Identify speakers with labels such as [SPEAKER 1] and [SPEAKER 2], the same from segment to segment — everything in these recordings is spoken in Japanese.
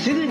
[SPEAKER 1] 役立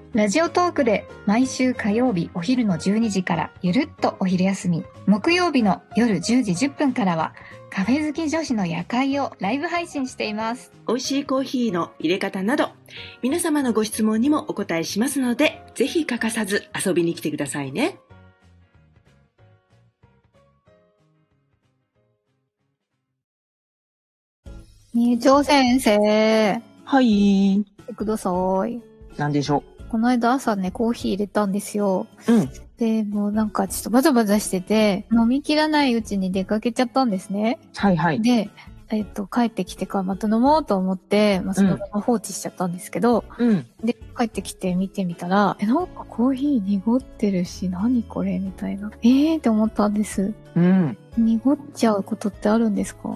[SPEAKER 2] ラジオトークで毎週火曜日お昼の12時からゆるっとお昼休み、木曜日の夜10時10分からはカフェ好き女子の夜会をライブ配信しています。
[SPEAKER 1] 美味しいコーヒーの入れ方など皆様のご質問にもお答えしますのでぜひ欠かさず遊びに来てくださいね
[SPEAKER 2] 入場先生、
[SPEAKER 1] はい
[SPEAKER 2] ください。
[SPEAKER 1] なんでしょ
[SPEAKER 2] この間朝ね、コーヒー入れたんですよ。
[SPEAKER 1] ううん
[SPEAKER 2] で、もうなんかちょっとバタバタしてて、飲みきらないうちに出かけちゃったんですね。
[SPEAKER 1] はいはい
[SPEAKER 2] で、えっと、帰ってきてからまた飲もうと思って、まあ、そのまま放置しちゃったんですけど、
[SPEAKER 1] うん
[SPEAKER 2] で、帰ってきて見てみたら、え、なんかコーヒー濁ってるし、何これみたいな。えーって思ったんです。
[SPEAKER 1] うん
[SPEAKER 2] 濁っちゃうことってあるんですか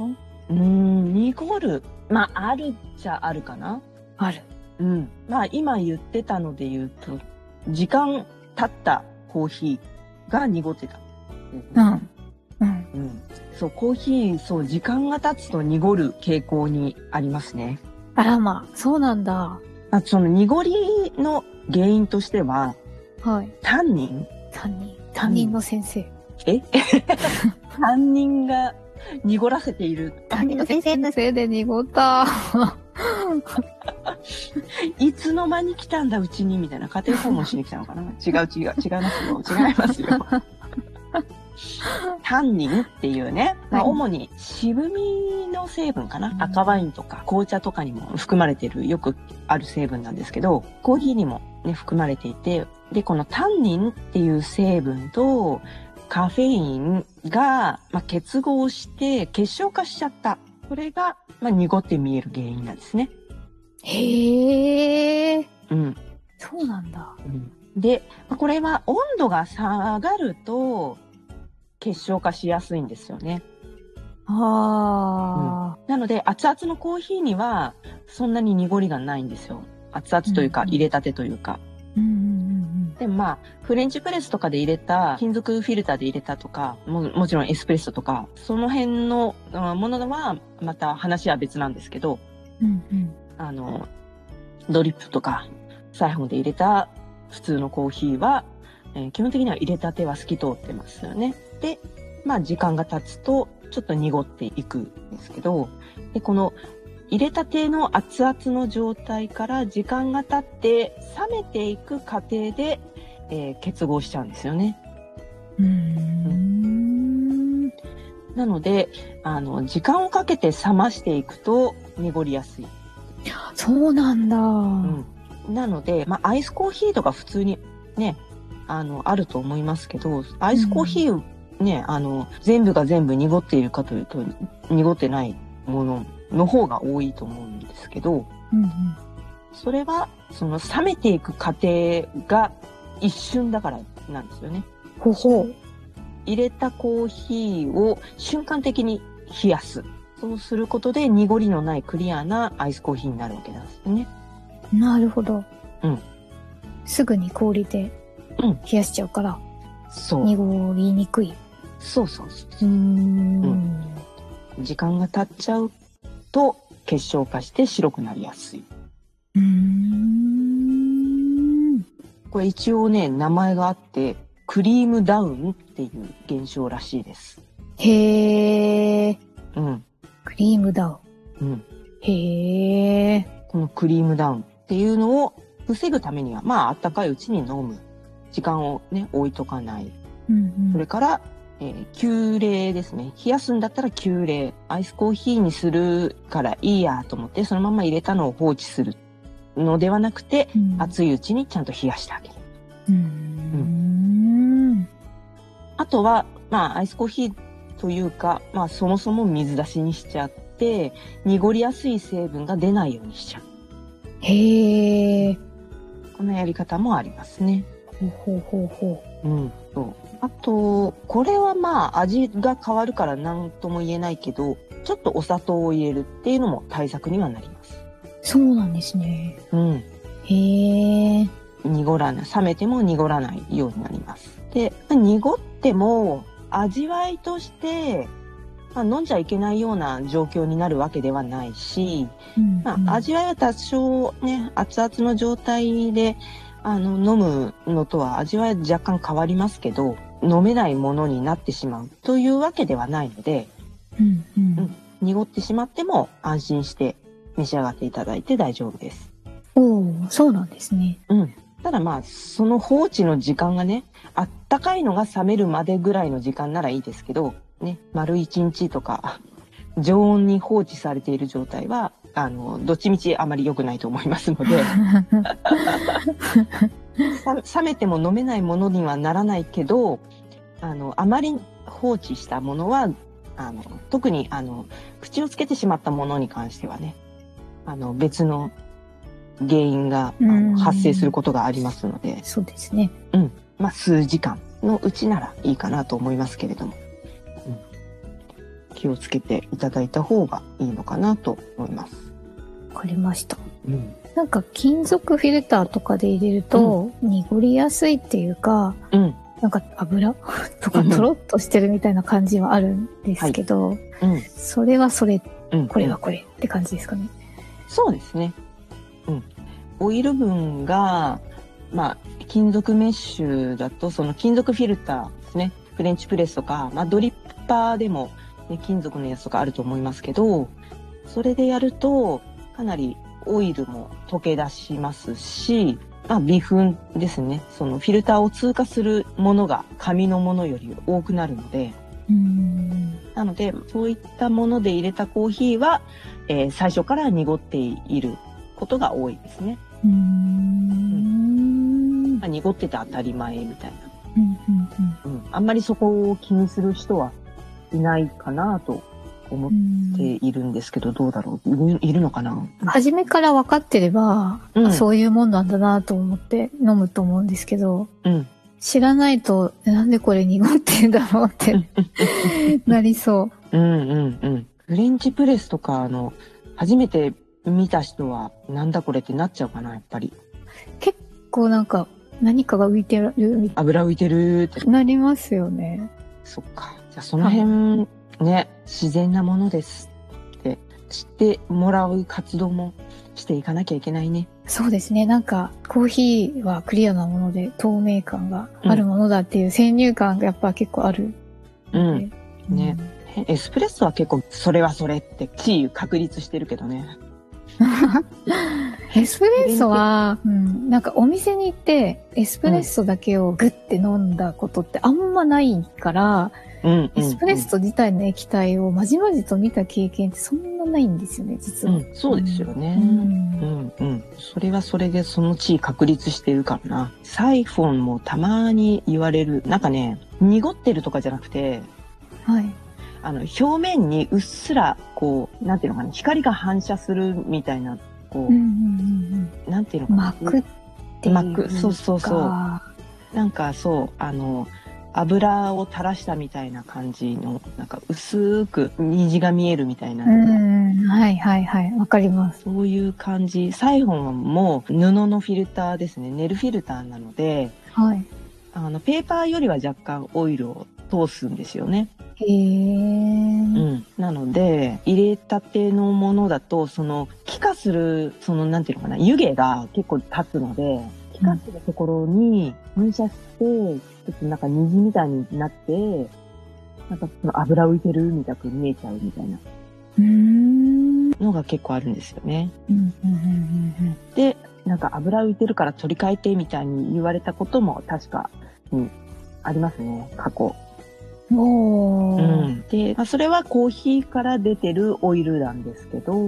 [SPEAKER 1] うん濁るまああるっちゃあるかな
[SPEAKER 2] ある。
[SPEAKER 1] うんまあ今言ってたので言うと時間経ったコーヒーが濁ってた
[SPEAKER 2] うん。うん。
[SPEAKER 1] うんそうコーヒーそう時間が経つと濁る傾向にありますね
[SPEAKER 2] あらま、そうなんだ。
[SPEAKER 1] あその濁りの原因としては
[SPEAKER 2] はい。
[SPEAKER 1] タンニン
[SPEAKER 2] 担任。担任の先生。
[SPEAKER 1] え 担任が濁らせている。
[SPEAKER 2] 担任の先生のせいで濁った。
[SPEAKER 1] いつの間に来たんだ、うちに、みたいな。家庭訪問しに来たのかな 違う違う、違いますよ。違い ますよ。タンニンっていうね、まあ、
[SPEAKER 2] はい
[SPEAKER 1] 主に渋みの成分かな、
[SPEAKER 2] うん
[SPEAKER 1] 赤ワインとか紅茶とかにも含まれてるよくある成分なんですけどコーヒーにも、ね、含まれていてでこのタンニンっていう成分とカフェインが、まあ、結合して結晶化しちゃったこれが、まあ、濁って見える原因なんですね。
[SPEAKER 2] へえ。
[SPEAKER 1] うん
[SPEAKER 2] そうなんだ。
[SPEAKER 1] で、これは温度が下がると結晶化しやすいんですよね。
[SPEAKER 2] あ
[SPEAKER 1] なので熱々のコーヒーにはそんなに濁りがないんですよ。熱々というか
[SPEAKER 2] うん
[SPEAKER 1] 入れたてというか。
[SPEAKER 2] ー。うんうんうんうん。
[SPEAKER 1] でもまあフレンチプレスとかで入れた金属フィルターで入れたとかももちろんエスプレッソとかその辺のあものはまた話は別なんですけど
[SPEAKER 2] うんうん。
[SPEAKER 1] あのドリップとかサイフォンで入れた普通のコーヒーは、えー基本的には入れたては透き通ってますよね。で、まあ時間が経つとちょっと濁っていくんですけど、でこの入れたての熱々の状態から時間が経って冷めていく過程で、えー結合しちゃうんですよね。
[SPEAKER 2] うーん。
[SPEAKER 1] なので、あの、時間をかけて冷ましていくと濁りやすい。
[SPEAKER 2] そうなんだ。
[SPEAKER 1] うん、なので、まあ、アイスコーヒーとか普通にねあのあると思いますけどアイスコーヒー、ねあの全部が全部濁っているかというと濁ってないものの方が多いと思うんですけど
[SPEAKER 2] うん
[SPEAKER 1] それはその冷めていく過程が一瞬だからなんですよね。
[SPEAKER 2] ほほう。
[SPEAKER 1] 入れたコーヒーを瞬間的に冷やす。そうすることで濁りのないクリアなアイスコーヒーになるわけなんですよね。
[SPEAKER 2] なるほど。
[SPEAKER 1] うん。
[SPEAKER 2] すぐに氷で
[SPEAKER 1] うん
[SPEAKER 2] 冷やしちゃうから、
[SPEAKER 1] そう。
[SPEAKER 2] 濁りにくい。
[SPEAKER 1] そうそうそう。
[SPEAKER 2] うーん。
[SPEAKER 1] 時間が経っちゃうと結晶化して白くなりやすい。
[SPEAKER 2] うーん。
[SPEAKER 1] これ一応ね、名前があって、クリームダウンっていう現象らしいです。
[SPEAKER 2] へー。
[SPEAKER 1] うん。
[SPEAKER 2] クリームダウン。
[SPEAKER 1] うん。
[SPEAKER 2] へー。
[SPEAKER 1] このクリームダウンっていうのを防ぐためには、まあ、あったかいうちに飲む。時間をね、置いとかない。
[SPEAKER 2] うん
[SPEAKER 1] そ
[SPEAKER 2] うん
[SPEAKER 1] れから、えー、急冷ですね。冷やすんだったら急冷。アイスコーヒーにするからいいやと思って、そのまま入れたのを放置するのではなくて、
[SPEAKER 2] うん。
[SPEAKER 1] 熱いうちにちゃんと冷やしてあげる。
[SPEAKER 2] うーん。
[SPEAKER 1] あとは、まあ、アイスコーヒーというか、まあ、そもそも水出しにしちゃって、濁りやすい成分が出ないようにしちゃう。
[SPEAKER 2] へー。
[SPEAKER 1] このやり方もありますね。
[SPEAKER 2] ほうほうほうほう。
[SPEAKER 1] うん、そうあとこれはまあ味が変わるから何とも言えないけどちょっとお砂糖を入れるっていうのも対策にはなります。
[SPEAKER 2] そうなんですね。
[SPEAKER 1] うん、
[SPEAKER 2] へえ。
[SPEAKER 1] 濁らない冷めても濁らないようになりますでまあ濁っても味わいとして、まあ、飲んじゃいけないような状況になるわけではないし、
[SPEAKER 2] うん
[SPEAKER 1] まあ、味わいは多少ね熱々の状態であの飲むのとは味わいは若干変わりますけど飲めないものになってしまうというわけではないので
[SPEAKER 2] うんうん
[SPEAKER 1] うん濁ってしまっても安心して召し上がっていただいて大丈夫です。
[SPEAKER 2] おお、そうなんですね。
[SPEAKER 1] ただまあその放置の時間がねあったかいのが冷めるまでぐらいの時間ならいいですけどね丸一日とか常温に放置されている状態はあのどっちみちあまり良くないと思いますのでさ冷めても飲めないものにはならないけどあのあまり放置したものはあの特にあの口をつけてしまったものに関してはねあの別の原因があ
[SPEAKER 2] う
[SPEAKER 1] の
[SPEAKER 2] ん
[SPEAKER 1] 発生することがありますの で。
[SPEAKER 2] そうですね。
[SPEAKER 1] まあ、数時間のうちならいいかなと思いますけれども、うん、気をつけていただいた方がいいのかなと思います。
[SPEAKER 2] わかりました。
[SPEAKER 1] うん、
[SPEAKER 2] なんか金属フィルターとかで入れると濁りやすいっていうか、
[SPEAKER 1] うん、
[SPEAKER 2] なんか油 とか
[SPEAKER 1] うん
[SPEAKER 2] とろっとしてるみたいな感じはあるんですけど、
[SPEAKER 1] うん、
[SPEAKER 2] それはそれ、
[SPEAKER 1] うん、
[SPEAKER 2] これはこれって感じですかね。
[SPEAKER 1] そうですね。うん、オイル分が、まあ、金属メッシュだと、その金属フィルターですね。フレンチプレスとか、まあ、ドリッパーでも、ね、金属のやつとかあると思いますけど、それでやると、かなりオイルも溶け出しますし、まあ、微粉ですね。そのフィルターを通過するものが紙のものより多くなるので、
[SPEAKER 2] うん。
[SPEAKER 1] なので、そういったもので入れたコーヒーは、えー最初から濁っていることが多いですね。
[SPEAKER 2] うん。うん。
[SPEAKER 1] まあ、濁ってて当たり前みたいな。
[SPEAKER 2] うん。
[SPEAKER 1] うん。あんまりそこを気にする人はいないかなと思っ
[SPEAKER 2] うん。
[SPEAKER 1] ているんですけど、どうだろういるいるのかな
[SPEAKER 2] 初めから分かってれば、
[SPEAKER 1] うん
[SPEAKER 2] あそういうもんなんだなと思って飲むと思うんですけど、
[SPEAKER 1] うん。
[SPEAKER 2] 知らないと、えなんでこれ濁ってんだろう って、なりそ
[SPEAKER 1] うんうんうん。フレンチプレスとか、あの、初めて見た人は、なんだこれってなっちゃうかな、やっぱり。
[SPEAKER 2] う。結構なんか、何かが浮いてるみた
[SPEAKER 1] 油浮いてるって
[SPEAKER 2] い。になりますよね。
[SPEAKER 1] そっか。じゃあその辺、ね、自然なものですって知ってもらう活動もしていかなきゃいけないね。
[SPEAKER 2] そうですね。なんか、コーヒーはクリアなもので透明感があるものだっていう先入観がやっぱ結構ある。
[SPEAKER 1] うん。
[SPEAKER 2] うん
[SPEAKER 1] ね。エスプレッソは結構、それはそれって地位確立してるけどね。
[SPEAKER 2] エスプレッソは、うん、なんかお店に行って、エスプレッソだけをグッて飲んだことってあんまないから、
[SPEAKER 1] うん、うん。
[SPEAKER 2] エスプレッソ自体の液体をまじまじと見た経験ってそんなないんですよね、実
[SPEAKER 1] う
[SPEAKER 2] は。
[SPEAKER 1] ん、そうですよね。
[SPEAKER 2] うん
[SPEAKER 1] うんうん。それはそれでその地位確立してるからな。サイフォンもたまに言われる。なんかね、濁ってるとかじゃなくて、
[SPEAKER 2] はい。
[SPEAKER 1] あの、表面にうっすら、こう、なんていうのかな、光が反射するみたいな、こう、
[SPEAKER 2] うんうん
[SPEAKER 1] なんていう
[SPEAKER 2] う
[SPEAKER 1] のか
[SPEAKER 2] ん。
[SPEAKER 1] な。
[SPEAKER 2] 膜っていうか。
[SPEAKER 1] 膜そうそうそう。なんかそう、あの、油を垂らしたみたいな感じの、なんか薄く虹が見えるみたいな、
[SPEAKER 2] うん。はいはいはい。わかります。
[SPEAKER 1] そういう感じ。サイフォンはもう布のフィルターですね。ネルフィルターなので、
[SPEAKER 2] はい。
[SPEAKER 1] あの、ペーパーよりは若干オイルを通すんですよね。
[SPEAKER 2] へ
[SPEAKER 1] う
[SPEAKER 2] え。
[SPEAKER 1] ん。なので、入れたてのものだと、その、気化する、その、なんていうのかな、湯気が結構立つので、気化するところに噴射して、ちょっとなんか虹みたいになって、なんかその油浮いてるみたく見えちゃうみたいな
[SPEAKER 2] うん。
[SPEAKER 1] のが結構あるんですよね。
[SPEAKER 2] うんうんうんうん
[SPEAKER 1] で、なんか油浮いてるから取り替えてみたいに言われたことも確かにありますね、過去。
[SPEAKER 2] うん。おー。
[SPEAKER 1] で、まあ、それはコーヒーから出てるオイルなんですけど、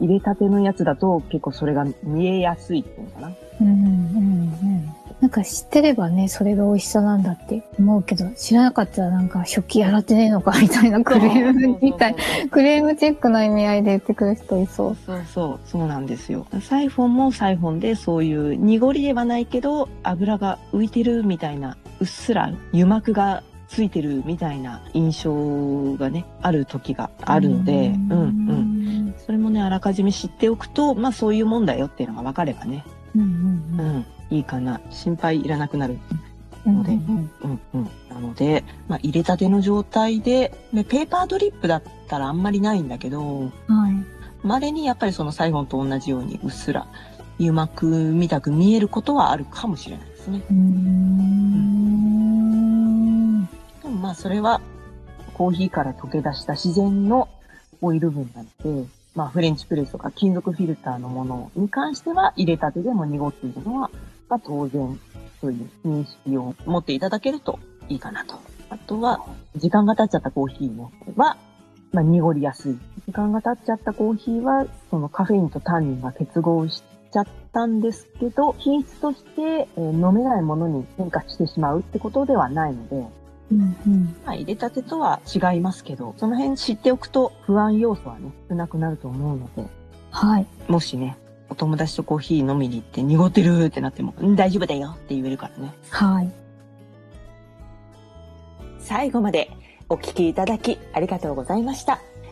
[SPEAKER 1] 入れたてのやつだと結構それが見えやすいっていうのかな。
[SPEAKER 2] うんうんうんなん
[SPEAKER 3] か知ってればね、それが美味しさなんだって思うけど、知らなかったらなんか食器洗ってねえのかみたいなクレームみたい。クレームチェックの意味合いで言ってくる人いそう。
[SPEAKER 1] そうそう、そうなんですよ。サイフォンもサイフォンでそういう濁りではないけど、油が浮いてるみたいな、うっすら油膜がついてるみたいな印象がね、ある時があるので、うんうん。
[SPEAKER 3] ん。
[SPEAKER 1] それもね、あらかじめ知っておくと、まあそういうもんだよっていうのが分かればね、
[SPEAKER 3] うんう
[SPEAKER 1] うんん、いいかな。心配いらなくなる。
[SPEAKER 3] うん。
[SPEAKER 1] のでうんうん。なので、まあ入れたての状態で、ね、ペーパードリップだったらあんまりないんだけど、
[SPEAKER 3] はい。
[SPEAKER 1] まれにやっぱりそのサイフォンと同じようにうっすら油膜みたく見えることはあるかもしれないですね。
[SPEAKER 3] うーん。
[SPEAKER 1] でもまあそれはコーヒーから溶け出した自然のオイル分なので、まあフレンチプレスとか金属フィルターのものに関しては入れたてでも濁っているのは、まあ当然そういう認識を持っていただけるといいかなと。あとは時間が経っちゃったコーヒーは、まあ濁りやすい。時間が経っちゃったコーヒーはそのカフェインとタンニンが結合しちゃったんですけど、品質としてえー飲めないものに変化してしまうってことではないので、
[SPEAKER 3] うんうん。
[SPEAKER 1] まあ、入れたてとは違いますけど、その辺知っておくと不安要素はね、少なくなると思うので、
[SPEAKER 3] はい。
[SPEAKER 1] もしね、お友達とコーヒー飲みに行って濁ってるってなっても、うん大丈夫だよって言えるからね。
[SPEAKER 3] はい。
[SPEAKER 1] 最後までお聞きいただきありがとうございました。